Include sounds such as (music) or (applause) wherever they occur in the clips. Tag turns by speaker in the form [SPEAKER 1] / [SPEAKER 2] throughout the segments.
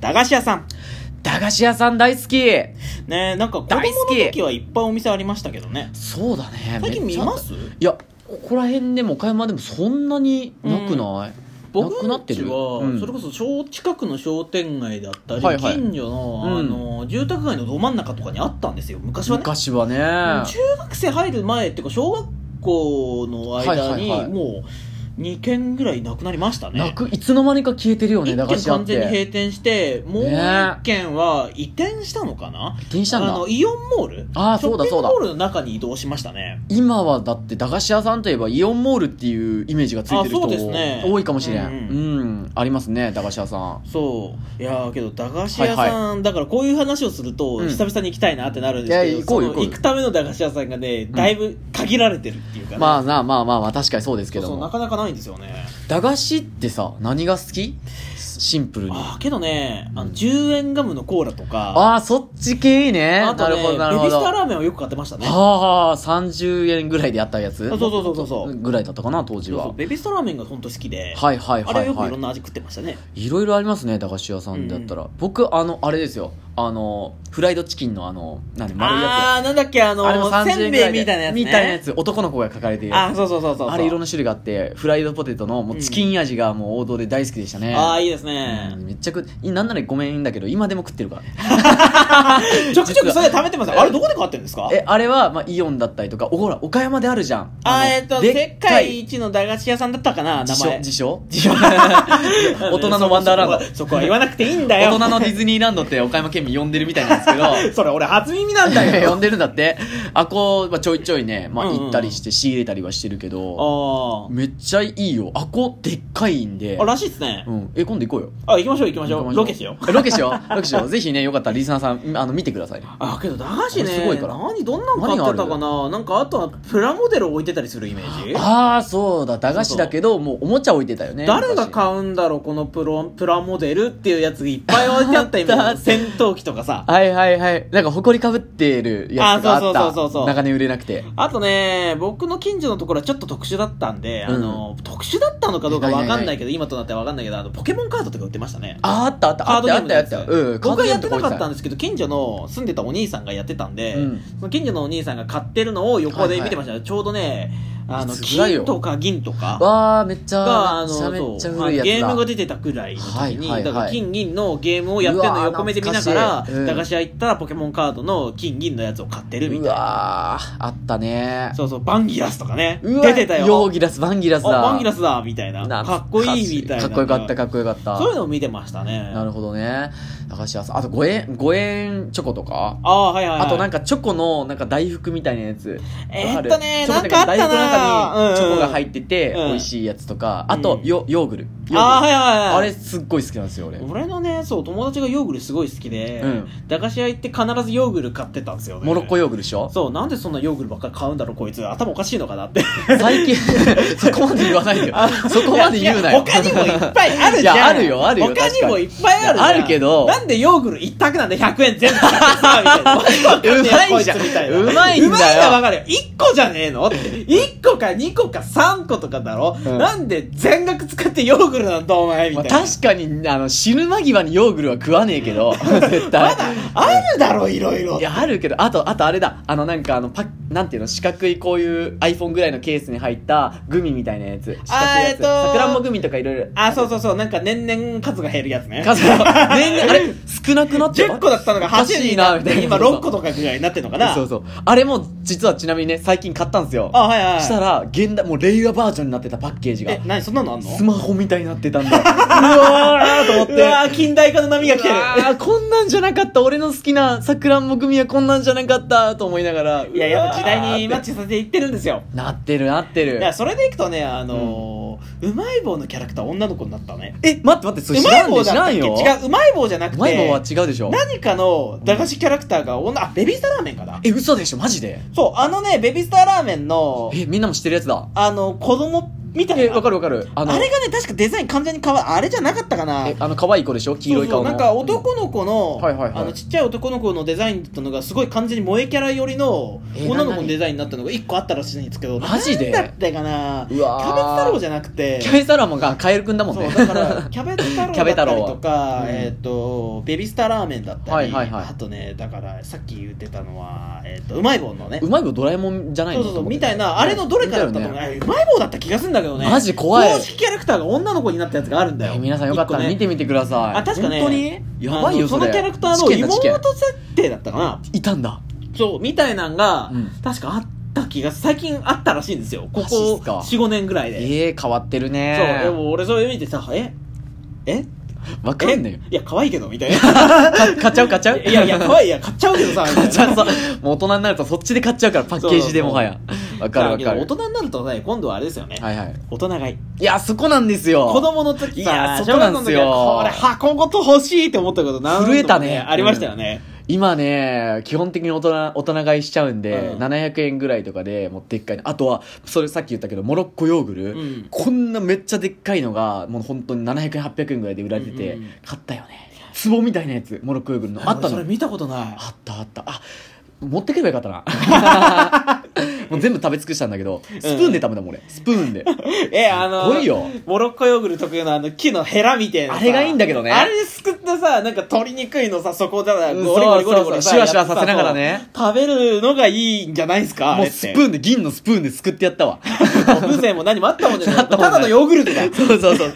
[SPEAKER 1] 駄菓子屋さん。
[SPEAKER 2] 駄菓子屋さん大好き
[SPEAKER 1] ねえ、なんか子供の
[SPEAKER 2] 大好き
[SPEAKER 1] 時はいっぱいお店ありましたけどね。
[SPEAKER 2] そうだね
[SPEAKER 1] 最近見
[SPEAKER 2] めっちゃ
[SPEAKER 1] ます
[SPEAKER 2] いやここら辺でも岡山でもそんなになくない、なくなっ
[SPEAKER 1] 僕たち
[SPEAKER 2] てる
[SPEAKER 1] は、
[SPEAKER 2] うん
[SPEAKER 1] それこそ小近くの商店街だったり、
[SPEAKER 2] はいはい
[SPEAKER 1] 近所の,、
[SPEAKER 2] うん
[SPEAKER 1] あの住宅街のど真ん中とかにあったんですよ昔はね
[SPEAKER 2] 昔はね
[SPEAKER 1] 中学生入る前っていうか小学校の間に、
[SPEAKER 2] はいはいはい
[SPEAKER 1] もう2軒ぐらいなくなりましたね
[SPEAKER 2] なくいつの間にか消えてるよね
[SPEAKER 1] 1
[SPEAKER 2] 駄菓
[SPEAKER 1] 軒
[SPEAKER 2] 子屋
[SPEAKER 1] 完
[SPEAKER 2] っ
[SPEAKER 1] 全に
[SPEAKER 2] て
[SPEAKER 1] 閉店してもう
[SPEAKER 2] ねえ
[SPEAKER 1] 1軒は移転したのかな、
[SPEAKER 2] 電車
[SPEAKER 1] あ
[SPEAKER 2] なんだ
[SPEAKER 1] のイオンモール
[SPEAKER 2] あー
[SPEAKER 1] ショ
[SPEAKER 2] そうだ
[SPEAKER 1] ッピン
[SPEAKER 2] そ
[SPEAKER 1] グ
[SPEAKER 2] うだ
[SPEAKER 1] モールの中に移動しましたね
[SPEAKER 2] 今はだって駄菓子屋さんといえばイオンモールっていうイメージがついてる
[SPEAKER 1] あそう
[SPEAKER 2] 人
[SPEAKER 1] ですね
[SPEAKER 2] 多いかもしれんう
[SPEAKER 1] うん
[SPEAKER 2] ん、ありますね駄菓子屋さん
[SPEAKER 1] そういやーけど駄菓子屋さん、
[SPEAKER 2] は
[SPEAKER 1] だからこういう話をすると、
[SPEAKER 2] うん
[SPEAKER 1] 久々に行きたいなってなるんですけ
[SPEAKER 2] い
[SPEAKER 1] ど
[SPEAKER 2] や行こうよ
[SPEAKER 1] その
[SPEAKER 2] 行こうよ
[SPEAKER 1] くための駄菓子屋さんがねだいぶ限られてるっていうかね、
[SPEAKER 2] まあなまあまあまあ確かにそうです
[SPEAKER 1] そ
[SPEAKER 2] け
[SPEAKER 1] う
[SPEAKER 2] ど
[SPEAKER 1] そうな
[SPEAKER 2] も
[SPEAKER 1] かなかないんですよね
[SPEAKER 2] 駄菓子ってさ何が好きシンプルに
[SPEAKER 1] ああけどねあの10円ガムのコーラとか
[SPEAKER 2] ああそっち系いいね
[SPEAKER 1] あと
[SPEAKER 2] な
[SPEAKER 1] ね
[SPEAKER 2] るほどなるほ
[SPEAKER 1] ベビー
[SPEAKER 2] ど
[SPEAKER 1] スターラーメンをよく買ってましたね
[SPEAKER 2] はあ30円ぐらいでやったやつ
[SPEAKER 1] そうそうそうそうそう
[SPEAKER 2] ぐらいだったかな当時
[SPEAKER 1] そう
[SPEAKER 2] は
[SPEAKER 1] そうベビースターラーメンが本当好きで、
[SPEAKER 2] はいはい
[SPEAKER 1] あ
[SPEAKER 2] は
[SPEAKER 1] れ
[SPEAKER 2] い
[SPEAKER 1] よくい
[SPEAKER 2] は
[SPEAKER 1] ろんな味食ってましたね
[SPEAKER 2] いいろいろありますね駄菓子屋さんだったら、僕あのあれですよあのフライドチキンのあの何丸いや
[SPEAKER 1] ああーなんだっけあ
[SPEAKER 2] つ
[SPEAKER 1] の
[SPEAKER 2] も30
[SPEAKER 1] せんべいみたいなやつ、ね、
[SPEAKER 2] みたいなやつ男の子が書かれている
[SPEAKER 1] あーそうそうそうそうそう
[SPEAKER 2] あれいろんな種類があってフライドポテトのもうチキン味がもう王道で大好きでしたね、
[SPEAKER 1] ああいいですね、
[SPEAKER 2] うんめっちゃくなんならごめんだけど今でも食ってるから
[SPEAKER 1] ちょくちょくそれ食べてますよあれどこで買ってるんですか
[SPEAKER 2] えあれは、まあ、イオンだったりとかおほら岡山であるじゃん
[SPEAKER 1] あ
[SPEAKER 2] の
[SPEAKER 1] ーえっと世界一の駄菓子屋さんだったかな名
[SPEAKER 2] 自
[SPEAKER 1] 前
[SPEAKER 2] 称自称
[SPEAKER 1] 自称
[SPEAKER 2] (laughs) 大人のワンダーランド
[SPEAKER 1] (laughs) そこはそこは言わなくていいんだ
[SPEAKER 2] 大
[SPEAKER 1] よ
[SPEAKER 2] 人のディズニーランドって岡山県民呼んでるみたいなんです
[SPEAKER 1] (laughs)
[SPEAKER 2] けど
[SPEAKER 1] それ俺初耳なんだ
[SPEAKER 2] (laughs)
[SPEAKER 1] よ
[SPEAKER 2] 呼んでるんだってあこう、まあ、ちょいちょいね、まあ、
[SPEAKER 1] うんうん
[SPEAKER 2] 行ったりして仕入れたりはしてるけど、
[SPEAKER 1] あ
[SPEAKER 2] めっちゃいいよあこでっかいんで
[SPEAKER 1] ーあらしいっすね
[SPEAKER 2] うん、え今度行こうよ
[SPEAKER 1] あ行きましょう行きましょ
[SPEAKER 2] 行
[SPEAKER 1] う
[SPEAKER 2] き
[SPEAKER 1] ロケしよう
[SPEAKER 2] (laughs) うロケしようロケしようぜひねよかったらリスナーさんあの見てくださいね
[SPEAKER 1] あけど駄菓子
[SPEAKER 2] あれ
[SPEAKER 1] ね
[SPEAKER 2] すごいから
[SPEAKER 1] 何どんなの買ってたかななんかあとはプラモデル置いてたりするイメージ
[SPEAKER 2] ああそうだ駄菓子だけどもうおもちゃ置いてたよね
[SPEAKER 1] 誰が
[SPEAKER 2] 昔
[SPEAKER 1] 買うんだろうこのプロプラモデルっていうやついっぱい置いてあったイメ
[SPEAKER 2] あ
[SPEAKER 1] ー
[SPEAKER 2] っ
[SPEAKER 1] ジ
[SPEAKER 2] た
[SPEAKER 1] 戦闘機とかさ
[SPEAKER 2] はいはいはい。なんか、埃かぶってるやつがあった。
[SPEAKER 1] あそうそうそうそうそう
[SPEAKER 2] 長年売れなくて。
[SPEAKER 1] あとね、僕の近所のところはちょっと特殊だったんで、
[SPEAKER 2] うん
[SPEAKER 1] あの、特殊だったのかどうかわかんないけど、今となってはわかんないけど、あの、ポケモンカードとか売ってましたね。
[SPEAKER 2] あ、あったあった。
[SPEAKER 1] カ
[SPEAKER 2] あ
[SPEAKER 1] ー
[SPEAKER 2] っ
[SPEAKER 1] ド
[SPEAKER 2] た
[SPEAKER 1] ゲ
[SPEAKER 2] あ
[SPEAKER 1] ー
[SPEAKER 2] っ
[SPEAKER 1] ム
[SPEAKER 2] た
[SPEAKER 1] の
[SPEAKER 2] や
[SPEAKER 1] や
[SPEAKER 2] っ
[SPEAKER 1] つ
[SPEAKER 2] た。うん。
[SPEAKER 1] 僕はやってなかったん
[SPEAKER 2] で
[SPEAKER 1] ですけど、近所の住んでたお兄さんがやってたんで、
[SPEAKER 2] うん
[SPEAKER 1] その近所のお兄さんが買ってるのを横で見てました。ちょうどね、あの、
[SPEAKER 2] いつぐらいよ
[SPEAKER 1] 金とか銀とか。
[SPEAKER 2] わあ、めっち
[SPEAKER 1] が、
[SPEAKER 2] ゃ、
[SPEAKER 1] あ
[SPEAKER 2] め
[SPEAKER 1] の、
[SPEAKER 2] っちゃめっちゃ
[SPEAKER 1] そう
[SPEAKER 2] 古いやつだ。
[SPEAKER 1] ゲームが出てたくらいの時に、
[SPEAKER 2] はいはいはい
[SPEAKER 1] だから金銀のゲームをやってるのを横目で見なが
[SPEAKER 2] うわー
[SPEAKER 1] ら、
[SPEAKER 2] 懐かしいうん
[SPEAKER 1] 駄菓子屋行ったらポケモンカードの金銀のやつを買ってるみたいうな。
[SPEAKER 2] わーあったね。
[SPEAKER 1] そうそう、バンギラスとかね。
[SPEAKER 2] うわ
[SPEAKER 1] 出てたよ。
[SPEAKER 2] ヨーギラス、バンギラス
[SPEAKER 1] あ
[SPEAKER 2] だ。
[SPEAKER 1] バンギラスだみたいな。
[SPEAKER 2] 懐
[SPEAKER 1] かっこいいみたいな。
[SPEAKER 2] かっこよかった、かっこよかった。
[SPEAKER 1] そういうのを見てましたね。
[SPEAKER 2] なるほどね。駄菓子屋さん。あと、5円、5円チョコとか。
[SPEAKER 1] ああ、はいはい、はい。
[SPEAKER 2] あとなん
[SPEAKER 1] か、
[SPEAKER 2] かチョコのなんか大福みたいなやつ
[SPEAKER 1] えーっとねな
[SPEAKER 2] わる
[SPEAKER 1] んかあったな
[SPEAKER 2] チョコっていう大福の中にチョコが入ってて
[SPEAKER 1] うんうん
[SPEAKER 2] 美味しいやつとか
[SPEAKER 1] うん
[SPEAKER 2] あとヨヨーグルヨ
[SPEAKER 1] ああ、
[SPEAKER 2] ーグ
[SPEAKER 1] は
[SPEAKER 2] ル
[SPEAKER 1] いはいはい。
[SPEAKER 2] あれすっごい好きなんですよ俺
[SPEAKER 1] 俺のね、そう、友達がヨーグルすごい好きで、
[SPEAKER 2] うん
[SPEAKER 1] 駄菓子屋行って必ずヨーグル買ってたんですよね。
[SPEAKER 2] モロッコ
[SPEAKER 1] ヨ
[SPEAKER 2] ヨーグルでしょ
[SPEAKER 1] そう、なんでそんなヨーグルばっかり買うんだろう、こいつ。頭おかしいのかなって。
[SPEAKER 2] 最
[SPEAKER 1] (laughs)
[SPEAKER 2] 近そこまで言わないでよ (laughs) そこまで言うな
[SPEAKER 1] い
[SPEAKER 2] よ
[SPEAKER 1] やいや他にもいっぱいあるじゃん。
[SPEAKER 2] いやあるよあるよ
[SPEAKER 1] 他にもいっぱいあるじゃん
[SPEAKER 2] いやあるけど
[SPEAKER 1] なんでヨーグル一択なんだ、100円全部買ってさ、みたいな。わけわかんねえ
[SPEAKER 2] (laughs) うまいじゃん
[SPEAKER 1] こつみたな
[SPEAKER 2] うまいんだよ
[SPEAKER 1] うまいのはわかるよ。1個じゃねえのって。1個か2個か3個とかだろ。
[SPEAKER 2] うん
[SPEAKER 1] なんで全額使ってヨーグルなんだ、お前、み
[SPEAKER 2] ま
[SPEAKER 1] た
[SPEAKER 2] あ
[SPEAKER 1] いな。
[SPEAKER 2] 確かにあの死ぬ間際にヨーグルは食わねえけど絶対
[SPEAKER 1] あるだろ、いろいろ
[SPEAKER 2] い。やあるけどあとあとあれだあのなんかあのパッなんていうの四角いこういう iPhone ぐらいのケースに入ったグミみたいなやつ四角いやつ
[SPEAKER 1] えっと
[SPEAKER 2] さくらんぼグミとかいろいろ
[SPEAKER 1] あ、そうそうそう、なんか年々数が減るやつね。
[SPEAKER 2] 数が年々あれ少なくなっちゃう
[SPEAKER 1] 10個だったのが8になっ
[SPEAKER 2] おかしいなみたい
[SPEAKER 1] て、
[SPEAKER 2] な
[SPEAKER 1] 今6個とかぐらいになってんのかな。
[SPEAKER 2] そうそうあれも実はちなみにね最近買ったんですよ
[SPEAKER 1] あ、はいはいはい。
[SPEAKER 2] したら現代もう令和バージョンになってたパッケージが
[SPEAKER 1] え、何そんなのあんの
[SPEAKER 2] スマホみたいになってたんだ (laughs) うわーと思って
[SPEAKER 1] うわー近代化の波が来てる
[SPEAKER 2] うわーこんなんじゃなかった俺の好きなさくらんぼ組はこんなんじゃなかったと思いながら
[SPEAKER 1] いややっぱ時代に
[SPEAKER 2] う
[SPEAKER 1] マッ
[SPEAKER 2] わーって
[SPEAKER 1] チさせていってるんですよ
[SPEAKER 2] なってるなって
[SPEAKER 1] だ
[SPEAKER 2] る
[SPEAKER 1] からそれでいくとねあのーうまい棒のキャラクター女の子になったね
[SPEAKER 2] え待って待ってそうれ知
[SPEAKER 1] まい
[SPEAKER 2] らん
[SPEAKER 1] 棒
[SPEAKER 2] で
[SPEAKER 1] じ
[SPEAKER 2] 知
[SPEAKER 1] ゃ
[SPEAKER 2] ら
[SPEAKER 1] なく
[SPEAKER 2] ん
[SPEAKER 1] て
[SPEAKER 2] よ
[SPEAKER 1] 違ううまい棒じゃなく
[SPEAKER 2] うまい棒は
[SPEAKER 1] て
[SPEAKER 2] 違うでしょ
[SPEAKER 1] 何かの駄菓子キャラクターが女あベビースターラーメンかな
[SPEAKER 2] え嘘でしょマジで
[SPEAKER 1] そうあのねベビースターラーメンの
[SPEAKER 2] えみんなも知ってるやつだ
[SPEAKER 1] あの子供みたい
[SPEAKER 2] え
[SPEAKER 1] な
[SPEAKER 2] わかるわかるあ
[SPEAKER 1] あ
[SPEAKER 2] の
[SPEAKER 1] れがね確かデザイン完全に変わあれじゃなかったかな
[SPEAKER 2] えあの可愛い子でしょ黄色い顔の
[SPEAKER 1] そうそうなんか男の子の,、
[SPEAKER 2] うんはいはいはい
[SPEAKER 1] あのちっちゃい男の子のデザインだったのがすごい完全に萌えキャラ寄りの
[SPEAKER 2] えー
[SPEAKER 1] 女の子のデザインになったのが1個あったらしいんですけど
[SPEAKER 2] マジで
[SPEAKER 1] なんだったかな
[SPEAKER 2] うわー
[SPEAKER 1] キャベツ太郎じゃなくて
[SPEAKER 2] キャベツ太郎もがカエルくんだもんね
[SPEAKER 1] そうだからキャベツ太
[SPEAKER 2] キャベ
[SPEAKER 1] 郎だっ
[SPEAKER 2] 太
[SPEAKER 1] た
[SPEAKER 2] 郎
[SPEAKER 1] り
[SPEAKER 2] は
[SPEAKER 1] とか、
[SPEAKER 2] うん
[SPEAKER 1] えっ、とベビースターラーメンだったり、
[SPEAKER 2] はいはいはい
[SPEAKER 1] あとねだからさっき言ってたのは、えっとうまい棒のね
[SPEAKER 2] (laughs) うまい棒ドラえもんじゃない
[SPEAKER 1] そ
[SPEAKER 2] の
[SPEAKER 1] うそうそうみたいなあれのどれかだったと思う、
[SPEAKER 2] ね
[SPEAKER 1] あれうまい棒だった気がするんだけどね
[SPEAKER 2] マジ怖い
[SPEAKER 1] 公式キャラクターが女の子になったやつがあるんだよ、
[SPEAKER 2] え皆さんよかった
[SPEAKER 1] 一個ね
[SPEAKER 2] ら見てみてください
[SPEAKER 1] あ確かね
[SPEAKER 2] 本当にやばいよ
[SPEAKER 1] あのそ
[SPEAKER 2] そ
[SPEAKER 1] の
[SPEAKER 2] れ
[SPEAKER 1] キャラクター
[SPEAKER 2] 事
[SPEAKER 1] の
[SPEAKER 2] 件だ事件
[SPEAKER 1] 妹設定だったかない
[SPEAKER 2] たんだ
[SPEAKER 1] そうみたいなんが、
[SPEAKER 2] うん
[SPEAKER 1] 確かあった気が最近あったらしいんですよこ
[SPEAKER 2] マジっ
[SPEAKER 1] こ
[SPEAKER 2] すか
[SPEAKER 1] 45年ぐらいで、
[SPEAKER 2] ええ変わってるね
[SPEAKER 1] そうでも俺それ見てさええ
[SPEAKER 2] わかんね
[SPEAKER 1] えいや可愛いけどみたいな
[SPEAKER 2] えよ買っちゃう買っちゃう
[SPEAKER 1] いやいや可愛いいや買っちゃうけどさ
[SPEAKER 2] (laughs) 買っちゃう
[SPEAKER 1] みた
[SPEAKER 2] そ
[SPEAKER 1] いな
[SPEAKER 2] うもう大人になるとそっちで買っちゃうからパッケージでもはやわかるわ
[SPEAKER 1] だけ
[SPEAKER 2] か
[SPEAKER 1] ど大
[SPEAKER 2] る
[SPEAKER 1] 人になるとね今度はあれですよね、
[SPEAKER 2] はいはい
[SPEAKER 1] 大人がいい
[SPEAKER 2] いやそこなんですよ
[SPEAKER 1] 子供の時
[SPEAKER 2] い
[SPEAKER 1] さ
[SPEAKER 2] やそうなんですよ
[SPEAKER 1] 小学校の時はこれ箱ごと欲しいって思ったこと何度も
[SPEAKER 2] 震えたね
[SPEAKER 1] ありましたよね、
[SPEAKER 2] 今ね基本的に大人大人買いしちゃうんで、
[SPEAKER 1] うん
[SPEAKER 2] 700円ぐらいとかでもうでっかいのあとはそれさっき言ったけどモロッコヨーグル、
[SPEAKER 1] うん
[SPEAKER 2] こんなめっちゃでっかいのがもう本当に700円800円ぐらいで売られてて、
[SPEAKER 1] うんうんうん
[SPEAKER 2] 買ったよね壺みたいなやつモロッコヨーグルのあった
[SPEAKER 1] そ
[SPEAKER 2] の
[SPEAKER 1] れ見たことない
[SPEAKER 2] あったあったあ持ってけばよかっ
[SPEAKER 1] (laughs)
[SPEAKER 2] たなもう全部食べ尽くしたんだけどスプーンで食べたもん俺スプーンで
[SPEAKER 1] え (laughs) あの
[SPEAKER 2] すごいよ
[SPEAKER 1] モロッコヨーグル特有のあの木のヘラみたいなさ
[SPEAKER 2] あれがいいんだけどね
[SPEAKER 1] あれですくってさなんか取りにくいのさそこでさ
[SPEAKER 2] うん
[SPEAKER 1] ゴリゴリゴリゴリさ
[SPEAKER 2] そうそうそうシュワシュワ
[SPEAKER 1] やって
[SPEAKER 2] させながらね
[SPEAKER 1] 食べるのがいいんじゃないですかあ
[SPEAKER 2] もう
[SPEAKER 1] れっ
[SPEAKER 2] ス
[SPEAKER 1] て
[SPEAKER 2] プーンで銀のスプーンですくってやったわ
[SPEAKER 1] もう風船も何もあったもんじゃな
[SPEAKER 2] (laughs) あ
[SPEAKER 1] い
[SPEAKER 2] っ
[SPEAKER 1] (laughs)
[SPEAKER 2] た
[SPEAKER 1] た
[SPEAKER 2] もんじゃない
[SPEAKER 1] だのヨーグルトだ
[SPEAKER 2] (laughs) そうそうそう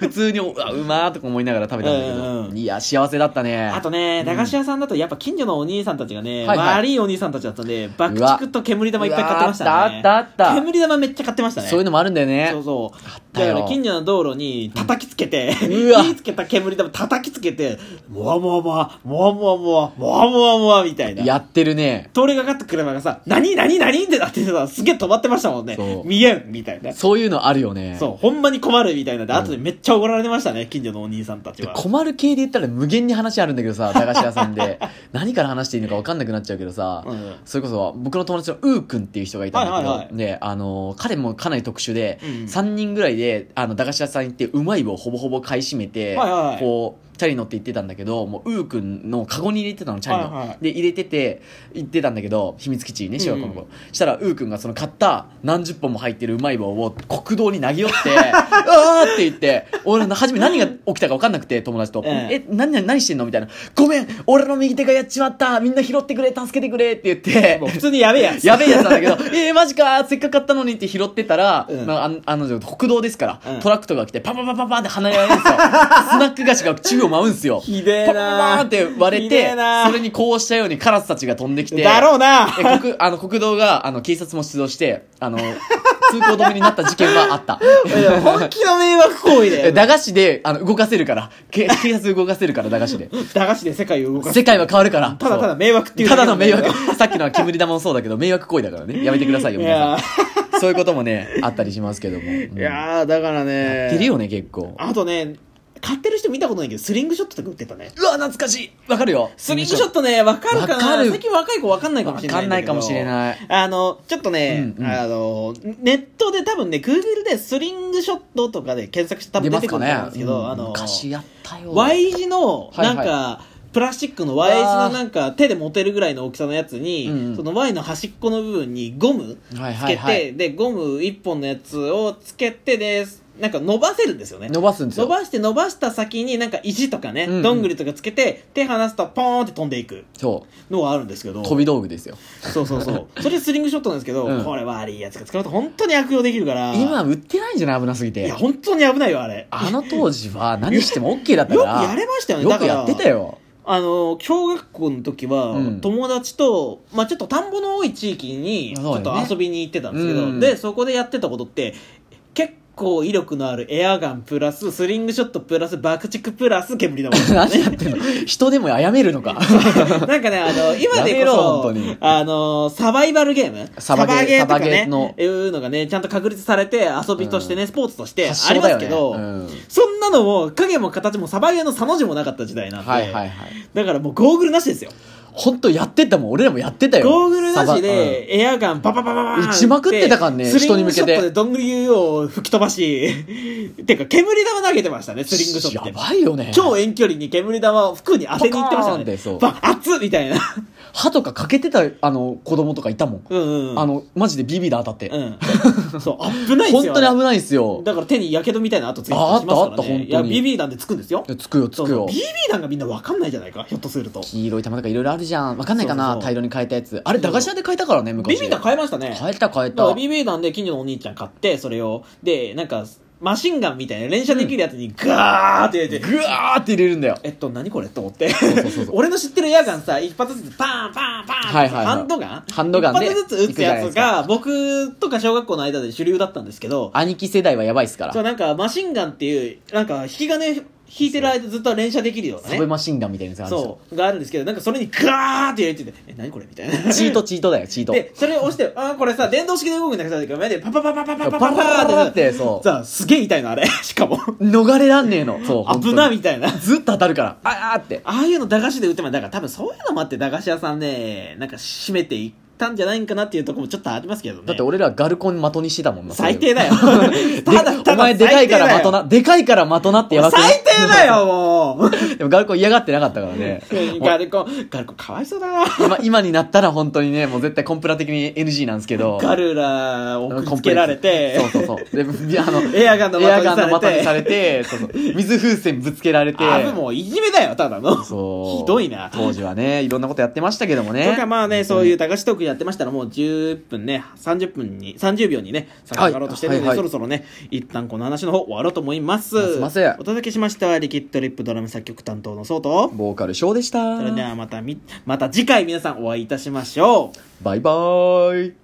[SPEAKER 2] 普通にうわうまーとか思いながら食べたんだけど、
[SPEAKER 1] うんうん
[SPEAKER 2] いや幸せだったね
[SPEAKER 1] あとね、駄菓子屋さんだとやっぱ近所のお兄さんたちがね、
[SPEAKER 2] はいはい
[SPEAKER 1] 悪いお兄さんたちだったんで、爆竹と煙玉いっぱい買ってましたね。
[SPEAKER 2] うわあったあったあった
[SPEAKER 1] 煙玉めっちゃ買ってましたね。
[SPEAKER 2] そういうのもあるんだよね
[SPEAKER 1] そうそう
[SPEAKER 2] たよ
[SPEAKER 1] だから近所の道路に叩きつけて、
[SPEAKER 2] うわ
[SPEAKER 1] 火つけた煙玉叩きつけて、もわもわもわ、もわもわもわ、もわもわもわみたいな。
[SPEAKER 2] やってるね
[SPEAKER 1] 通りがかった車がさ、何何何ってなってさ、すげえ止まってましたもんね
[SPEAKER 2] そ。う
[SPEAKER 1] 見えんみたいな。
[SPEAKER 2] そういうのあるよね
[SPEAKER 1] そう、ほんまに困るみたいなで、後でめっちゃ怒られてましたね、近所のお兄さんたちは。
[SPEAKER 2] 困る系で言ったら無限に話あるんだけどさ駄菓子屋さ
[SPEAKER 1] (laughs)
[SPEAKER 2] んで何から話していいのか分かんなくなっちゃうけどさ、
[SPEAKER 1] うん
[SPEAKER 2] それこそ僕の友達のうーくんっていう人がいたんだけど、
[SPEAKER 1] はいはいはい
[SPEAKER 2] であの彼もかなり特殊で、
[SPEAKER 1] うんうん
[SPEAKER 2] 3人ぐらいであの駄菓子屋さん行ってうまい棒をほぼほぼ買い占めて、
[SPEAKER 1] はいはいはい
[SPEAKER 2] こうチャリ乗って行ってたんだけどもううーくんのカゴに入れてたのチャリの、
[SPEAKER 1] はいはい
[SPEAKER 2] で入れてて行ってたんだけど秘密基地にね小学校の頃、
[SPEAKER 1] う
[SPEAKER 2] したらうーくんがその買った何十本も入ってるうまい棒を国道に投げ寄って
[SPEAKER 1] (laughs)
[SPEAKER 2] 「うわ!」って言って俺の初め何が起きたか分かんなくて友達と「
[SPEAKER 1] ええ
[SPEAKER 2] え何何何してんの?」みたいな「ごめん俺の右手がやっちまったみんな拾ってくれ助けてくれ」って言って
[SPEAKER 1] もう普通にやべえやつ。
[SPEAKER 2] やべえやつ
[SPEAKER 1] (laughs)
[SPEAKER 2] なんだけど、えー、マジかーせっかく買ったのにって拾ってたら、
[SPEAKER 1] うん
[SPEAKER 2] まあ、あのあの国道ですから、
[SPEAKER 1] うん
[SPEAKER 2] トラクトが来て、パパパパパって離れられるんです
[SPEAKER 1] (laughs)
[SPEAKER 2] よ。スナック菓子が宙を舞うんですよ。
[SPEAKER 1] ひでえ
[SPEAKER 2] パパ
[SPEAKER 1] な
[SPEAKER 2] パーンって割れ
[SPEAKER 1] ひで
[SPEAKER 2] て
[SPEAKER 1] えな、
[SPEAKER 2] それにこうしたようにカラスたちが飛んできて、
[SPEAKER 1] だろうな
[SPEAKER 2] え国あの国道があの警察も出動して、あの通行止めになった事件はあ
[SPEAKER 1] (laughs)
[SPEAKER 2] った。
[SPEAKER 1] いや本気の迷惑行為だ
[SPEAKER 2] え
[SPEAKER 1] よ。
[SPEAKER 2] 駄菓子であの動かせるから、け警察動かせるから、駄菓子で。
[SPEAKER 1] 駄菓子で世界を動かす。
[SPEAKER 2] (laughs) 世界は変わるから。
[SPEAKER 1] ただただ
[SPEAKER 2] そう
[SPEAKER 1] 迷惑っていう
[SPEAKER 2] た
[SPEAKER 1] だけ
[SPEAKER 2] だ
[SPEAKER 1] な
[SPEAKER 2] の
[SPEAKER 1] んだ
[SPEAKER 2] 迷
[SPEAKER 1] けど
[SPEAKER 2] 惑。 (laughs) さっきの煙玉もそうだけど、迷惑行為だからね。やめてくださいよ、
[SPEAKER 1] い
[SPEAKER 2] 皆さ
[SPEAKER 1] や
[SPEAKER 2] ん。そういうこともね、あったりしますけども。うん
[SPEAKER 1] ー、いやーだからね。
[SPEAKER 2] 出るよね、結構。
[SPEAKER 1] あとね、買ってる人見たことないけど、スリングショットとか売ってたね。
[SPEAKER 2] うわ、懐かしいわかるよ。
[SPEAKER 1] スリングショットね、わかるかな
[SPEAKER 2] わかる
[SPEAKER 1] 最近若い子わかんないかもしれないだけど。
[SPEAKER 2] わかんないかもしれない
[SPEAKER 1] あの、ちょっとね、
[SPEAKER 2] うんうん
[SPEAKER 1] あの、ネットで多分ね、Google でスリングショットとかで検索して多
[SPEAKER 2] 出
[SPEAKER 1] 分出
[SPEAKER 2] ま
[SPEAKER 1] て
[SPEAKER 2] す
[SPEAKER 1] くると
[SPEAKER 2] かね
[SPEAKER 1] 思うんですけど、
[SPEAKER 2] うん
[SPEAKER 1] あの、
[SPEAKER 2] 昔やったよ。
[SPEAKER 1] Y 字の、
[SPEAKER 2] はいは
[SPEAKER 1] ないんか、プラスチックの Y 字
[SPEAKER 2] わ
[SPEAKER 1] の
[SPEAKER 2] ー
[SPEAKER 1] なんか手で持てるぐらいの大きさのやつに、
[SPEAKER 2] うんうん
[SPEAKER 1] その Y の端っこの部分にゴムつけて、
[SPEAKER 2] はいはいはい
[SPEAKER 1] で、ゴム一本のやつをつけてで、なんか伸ばせるんですよね。
[SPEAKER 2] 伸ばすんです
[SPEAKER 1] 伸
[SPEAKER 2] よ。
[SPEAKER 1] ばして伸ばした先になんか石とかね、
[SPEAKER 2] うんうん
[SPEAKER 1] どんぐりとかつけて手離すとポーンって飛んでいく
[SPEAKER 2] そ
[SPEAKER 1] のがあるんですけど
[SPEAKER 2] う。飛び道具ですよ。
[SPEAKER 1] (laughs) そうそうそうそれスリングショットなんですけど、
[SPEAKER 2] うん
[SPEAKER 1] これ悪いやつが使うと本当に悪用できるから
[SPEAKER 2] 今、売ってないんじゃない危なすぎ
[SPEAKER 1] い
[SPEAKER 2] て
[SPEAKER 1] や。本当に危ないよあれ
[SPEAKER 2] あの当時は何しても OK だった
[SPEAKER 1] よ
[SPEAKER 2] か
[SPEAKER 1] く
[SPEAKER 2] ら。
[SPEAKER 1] やれましたよね
[SPEAKER 2] よ
[SPEAKER 1] だ
[SPEAKER 2] く
[SPEAKER 1] から
[SPEAKER 2] やってたよ。
[SPEAKER 1] あの小学校の時は、
[SPEAKER 2] うん
[SPEAKER 1] 友達と、まあ、ちょっと田んぼの多い地域にち
[SPEAKER 2] そう
[SPEAKER 1] ょっ
[SPEAKER 2] だよ
[SPEAKER 1] と
[SPEAKER 2] ね
[SPEAKER 1] 遊びに行ってたんですけど、
[SPEAKER 2] うん
[SPEAKER 1] でそこでやってたことって結構威力のあるエアガンプラススリングショットプラス爆竹プラス煙玉
[SPEAKER 2] 何やってんの人でもやめるのか。
[SPEAKER 1] (laughs) なんかね、あの、今で
[SPEAKER 2] や
[SPEAKER 1] こ
[SPEAKER 2] めろ
[SPEAKER 1] そ
[SPEAKER 2] 本当に、
[SPEAKER 1] あの、サバイバルゲーム
[SPEAKER 2] サバゲー
[SPEAKER 1] とか
[SPEAKER 2] サバゲ
[SPEAKER 1] ね
[SPEAKER 2] ーの、
[SPEAKER 1] いうのがね、ちゃんと確立されて、遊びとしてね、スポーツとして
[SPEAKER 2] 発
[SPEAKER 1] あり
[SPEAKER 2] 祥
[SPEAKER 1] ま
[SPEAKER 2] だよ
[SPEAKER 1] す
[SPEAKER 2] ね
[SPEAKER 1] けど、
[SPEAKER 2] うん
[SPEAKER 1] そんなのも、影も形もサバゲーのサの字もなかった時代なんで、
[SPEAKER 2] はいはいはい。
[SPEAKER 1] だからもうゴーグルなしですよ。
[SPEAKER 2] 本当やってたもん俺らもやってたよ
[SPEAKER 1] ゴーグルな
[SPEAKER 2] サバ
[SPEAKER 1] しで、エアガンバババババーン
[SPEAKER 2] 撃ちまくってたからね
[SPEAKER 1] スリング
[SPEAKER 2] 人に向
[SPEAKER 1] シ
[SPEAKER 2] けて
[SPEAKER 1] ョットでどんぐりを吹き飛ばし、 (laughs) てか煙玉投げてましたね、スリングショットで。
[SPEAKER 2] やばいよね
[SPEAKER 1] 超遠距離に煙玉を服に当てに行ってました
[SPEAKER 2] ポカーンってそ
[SPEAKER 1] ね
[SPEAKER 2] う。
[SPEAKER 1] バッ、熱っみたいな。 (laughs)
[SPEAKER 2] 歯とか欠けてたあの子供とかいたもん、
[SPEAKER 1] うんうんうん。
[SPEAKER 2] あのマジでビビで当たって、
[SPEAKER 1] うん。 (laughs) そう、危ないです
[SPEAKER 2] 本
[SPEAKER 1] よ。
[SPEAKER 2] 当に危
[SPEAKER 1] い。
[SPEAKER 2] ないですよ
[SPEAKER 1] だから手にやけどみたいな跡ついてたり
[SPEAKER 2] ああっ
[SPEAKER 1] し
[SPEAKER 2] た
[SPEAKER 1] ますから
[SPEAKER 2] あった本当
[SPEAKER 1] ね。
[SPEAKER 2] に
[SPEAKER 1] いや、BB 弾でつくんですよ
[SPEAKER 2] い。やつくよつ
[SPEAKER 1] そう
[SPEAKER 2] く
[SPEAKER 1] そう。
[SPEAKER 2] よ
[SPEAKER 1] BB 弾がみんなわかんないじゃないか、ひょっとすると。
[SPEAKER 2] 黄色い玉とかいろいろあるじゃんわかんないかな
[SPEAKER 1] そうそう
[SPEAKER 2] 大量に変えたやつあれ駄菓子屋で変えたからね昔
[SPEAKER 1] BB 弾変えましたね。
[SPEAKER 2] 変えた変え
[SPEAKER 1] だから
[SPEAKER 2] た
[SPEAKER 1] BB 弾で近所のお兄ちゃん買って、それを、で、なんか、マシンガンみたいな連射できるやつにガーって入れて、
[SPEAKER 2] ぐわーって入れるんだよ
[SPEAKER 1] えっと、何これと思って
[SPEAKER 2] うそうそう。
[SPEAKER 1] (laughs) 俺の知ってるエアガンさ、一発ずつパンパンパンって
[SPEAKER 2] はいはいはい
[SPEAKER 1] ハンドガン
[SPEAKER 2] ハンドガンで
[SPEAKER 1] 一発ずつ撃つや
[SPEAKER 2] いく
[SPEAKER 1] つ
[SPEAKER 2] じ
[SPEAKER 1] が、
[SPEAKER 2] ゃ
[SPEAKER 1] 僕とか小学校の間で主流だったんですけど、
[SPEAKER 2] 兄貴世代はやばいっすから
[SPEAKER 1] そう、なんか、マシンガンっていう、なんか、引き金引いてる間ずっと連射できるような
[SPEAKER 2] サブ
[SPEAKER 1] ね。
[SPEAKER 2] マシンガンみたいなやつがあるんですよ
[SPEAKER 1] そう、があるんですけど、なんかそれにガーって入れてて、え、何これみたいな。
[SPEAKER 2] チートチートだよチート
[SPEAKER 1] で、それを押して、あーこれさ、電動式で動くんだけど、目でパパパパパパパ
[SPEAKER 2] パ
[SPEAKER 1] パ
[SPEAKER 2] パ
[SPEAKER 1] パ
[SPEAKER 2] パ
[SPEAKER 1] パ
[SPEAKER 2] ー
[SPEAKER 1] っ。
[SPEAKER 2] っててそう
[SPEAKER 1] さあ、すげえ痛いの、あれ。しかも。
[SPEAKER 2] 逃れらんねえのそう
[SPEAKER 1] 危な
[SPEAKER 2] 本
[SPEAKER 1] みたいな
[SPEAKER 2] 当。にずっと当たるからああーって
[SPEAKER 1] ああいうの駄菓子で売っても、だから多分そういうのもあって駄菓子屋さんね、なんか閉めていったんじゃないんかなっていうところもちょっとありますけどね。
[SPEAKER 2] だって俺らガルコン的にしてたもんな
[SPEAKER 1] 最低だよ。
[SPEAKER 2] でお前でかいから的なでかいから的なってやばくない
[SPEAKER 1] 最低だよ、もう。
[SPEAKER 2] でもガルコン嫌がってなかった
[SPEAKER 1] (laughs)
[SPEAKER 2] からね
[SPEAKER 1] ガルコン、ガルコンかわいそうだな。
[SPEAKER 2] 今今になったら本当にねもう絶対コンプラ的に NG なんですけど
[SPEAKER 1] ガルラ送り
[SPEAKER 2] コン
[SPEAKER 1] つ
[SPEAKER 2] プ
[SPEAKER 1] け
[SPEAKER 2] レッ
[SPEAKER 1] ら
[SPEAKER 2] クス
[SPEAKER 1] れて、
[SPEAKER 2] そうそうそうであの
[SPEAKER 1] エアガンの的
[SPEAKER 2] エアガンの
[SPEAKER 1] に
[SPEAKER 2] 的にさ
[SPEAKER 1] さ
[SPEAKER 2] れ
[SPEAKER 1] れ
[SPEAKER 2] てそうそう水風船ぶつけられて
[SPEAKER 1] あー、もういじめだよ、ただの。
[SPEAKER 2] そう
[SPEAKER 1] ひどいな。
[SPEAKER 2] 当時はねいろんなことやってましたけどもね
[SPEAKER 1] とかまあね、そういうう駄菓子トークやってましたらもう10分ね、30分に、30秒にね、差し上がろうとしてるので、
[SPEAKER 2] はいはい
[SPEAKER 1] そろそろね、一旦この話の方終わろうと思います。
[SPEAKER 2] すいません
[SPEAKER 1] お届けしましたはリキッドリップドラム作曲担当のソウと、
[SPEAKER 2] ボーカルショーでした
[SPEAKER 1] それではまたみ、また次回皆さんお会いいたしましょう。
[SPEAKER 2] バイバーイ